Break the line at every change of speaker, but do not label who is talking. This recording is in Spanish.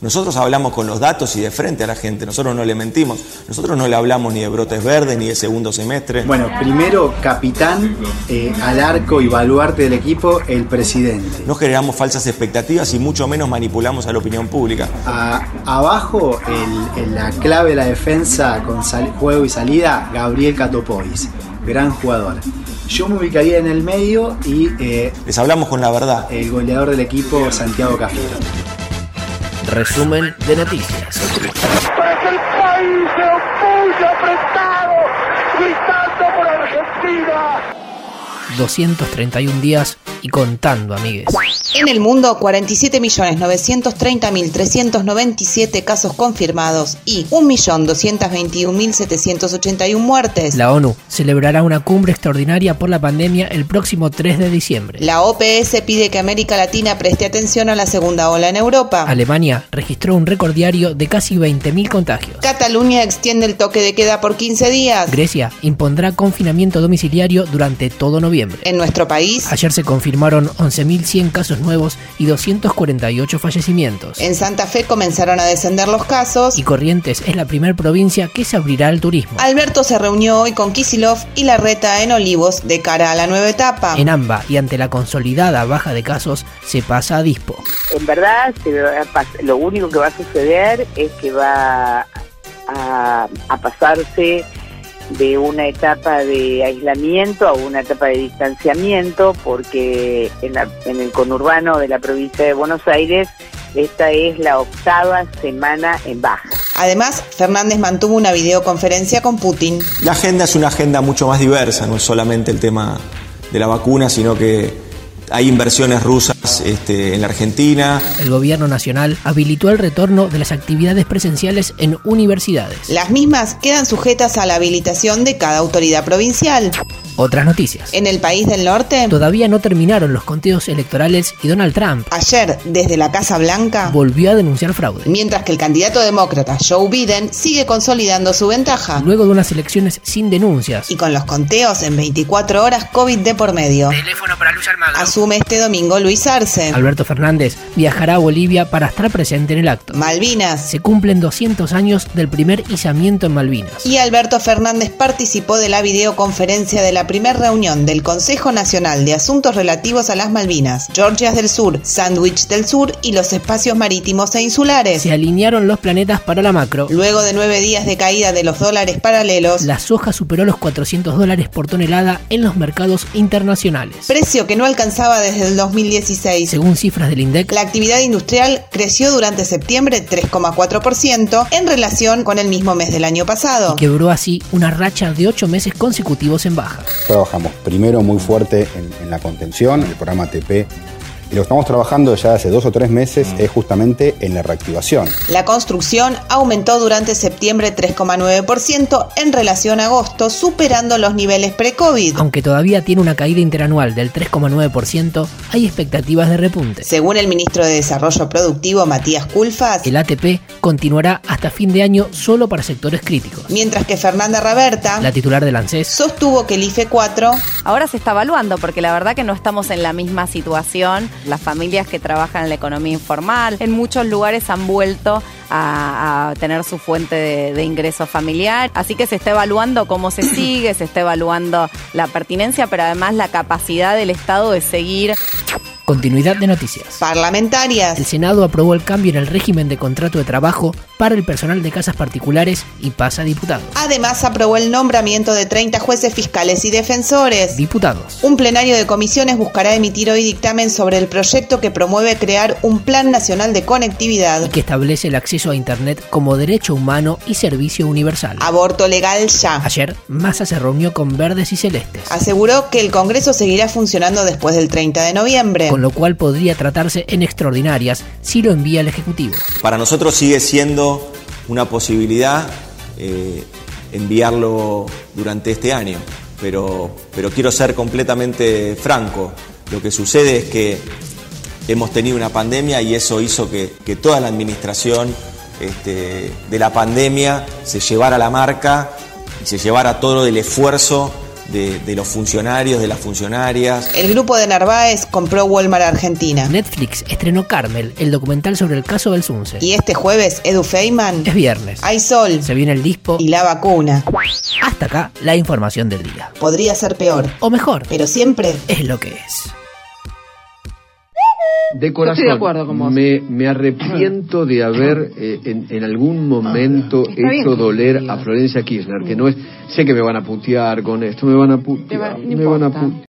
Nosotros hablamos con los datos y de frente a la gente, nosotros no le mentimos, nosotros no le hablamos ni de brotes verdes ni de segundo semestre.
Bueno, primero capitán, eh, al arco y baluarte del equipo, el presidente.
No generamos falsas expectativas y mucho menos manipulamos a la opinión pública.
A- abajo, el- el- la clave de la defensa con sal- juego y salida, Gabriel Catopois, gran jugador. Yo me ubicaría en el medio y eh,
Les hablamos con la verdad.
el goleador del equipo, Santiago Cafero.
Resumen de noticias.
para que el país se opulle apretado, gritando por Argentina.
231 días y contando, amigues.
En el mundo, 47.930.397 casos confirmados y 1.221.781 muertes.
La ONU celebrará una cumbre extraordinaria por la pandemia el próximo 3 de diciembre.
La OPS pide que América Latina preste atención a la segunda ola en Europa.
Alemania registró un récord diario de casi 20.000 contagios.
Cataluña extiende el toque de queda por 15 días.
Grecia impondrá confinamiento domiciliario durante todo noviembre.
En nuestro país,
Ayer se confirmaron 11.100 casos nuevos y 248 fallecimientos.
en Santa Fe comenzaron a descender los casos.
Y Corrientes es la primer provincia que se abrirá al turismo.
Alberto se reunió hoy con Kisilov y Larreta en Olivos de cara a la nueva etapa.
En AMBA y ante la consolidada baja de casos, se pasa a Dispo.
en verdad se va a pas- lo único que va a suceder es que va a, a pasarse de una etapa de aislamiento a una etapa de distanciamiento porque en, la- en el conurbano de la provincia de Buenos Aires esta es la octava semana en baja.
Además, Fernández mantuvo una videoconferencia con Putin.
La agenda es una agenda mucho más diversa, no es solamente el tema de la vacuna, sino que hay inversiones rusas este, en la Argentina,
El gobierno nacional habilitó el retorno de las actividades presenciales en universidades.
Las mismas quedan sujetas a la habilitación de cada autoridad provincial.
Otras noticias.
En el país del norte,
Todavía no terminaron los conteos electorales y Donald Trump
ayer, desde la Casa Blanca,
volvió a denunciar fraude.
mientras que el candidato demócrata Joe Biden sigue consolidando su ventaja
Luego de unas elecciones sin denuncias.
y con los conteos en 24 horas COVID de por medio,
Teléfono para Luis Almagro.
asume este domingo Luis Arce.
Alberto Fernández viajará a Bolivia para estar presente en el acto.
Malvinas
Se cumplen 200 años del primer izamiento en Malvinas.
y Alberto Fernández participó de la videoconferencia de la primera reunión del Consejo Nacional de Asuntos Relativos a las Malvinas, Georgias del Sur, Sandwich del Sur y los espacios marítimos e insulares.
Se alinearon los planetas para la macro.
Luego de nueve días de caída de los dólares paralelos,
La soja superó los 400 dólares por tonelada en los mercados internacionales.
precio que no alcanzaba desde el 2016.
Según cifras del INDEC,
La actividad industrial creció durante septiembre 3,4% en relación con el mismo mes del año pasado.
quebró así una racha de 8 meses consecutivos en baja.
Trabajamos primero muy fuerte en, en la contención, en el programa TP. Y lo que estamos trabajando ya hace dos o tres meses es justamente en la reactivación.
La construcción aumentó durante septiembre 3,9% en relación a agosto, superando los niveles pre-COVID.
Aunque todavía tiene una caída interanual del 3,9%, hay expectativas de repunte.
Según el ministro de Desarrollo Productivo Matías Culfas,
El ATP continuará hasta fin de año solo para sectores críticos.
mientras que Fernanda Raberta
La titular del ANSES
sostuvo que el E IFE 4
Ahora se está evaluando porque la verdad que no estamos en la misma situación. Las familias que trabajan en la economía informal en muchos lugares han vuelto a, a tener su fuente de, de ingreso familiar. Así que se está evaluando cómo se sigue, se está evaluando la pertinencia, pero además la capacidad del Estado de seguir.
Continuidad de noticias.
parlamentarias.
El Senado aprobó el cambio en el régimen de contrato de trabajo para el personal de casas particulares y pasa a diputados.
Además, aprobó el nombramiento de 30 jueces fiscales y defensores.
Diputados.
Un plenario de comisiones buscará emitir hoy dictamen sobre el proyecto que promueve crear un Plan Nacional de
Y
Conectividad.
que establece el acceso a Internet como derecho humano y servicio universal.
Aborto legal ya.
Ayer, Massa se reunió con verdes y celestes,
Aseguró que el Congreso seguirá funcionando después del 30 de noviembre.
con lo cual podría tratarse en extraordinarias si lo envía el Ejecutivo.
Para nosotros sigue siendo una posibilidad eh, enviarlo durante este año, pero, pero quiero ser completamente franco. Lo que sucede es que hemos tenido una pandemia y eso hizo que, que toda la administración este, de la pandemia se llevara la marca y se llevara todo el esfuerzo de, de los funcionarios, de las funcionarias.
El grupo de Narváez compró Walmart Argentina.
Netflix estrenó Carmel, el documental sobre el caso del Sunce.
Y este jueves, Edu Feynman,
Es viernes.
hay sol
Se viene el dispo.
y la vacuna.
Hasta acá la información del día.
Podría ser peor,
O mejor,
pero siempre
es lo que es.
De corazón,
Estoy de acuerdo con vos.
Me, me arrepiento de haber eh, en, en algún momento
Está bien
hecho
que
doler
digas.
a Florencia Kirchner, que no es, sé que me van a putear con esto, me van a
Te va-
putear,
no
me van a
importa.
putear.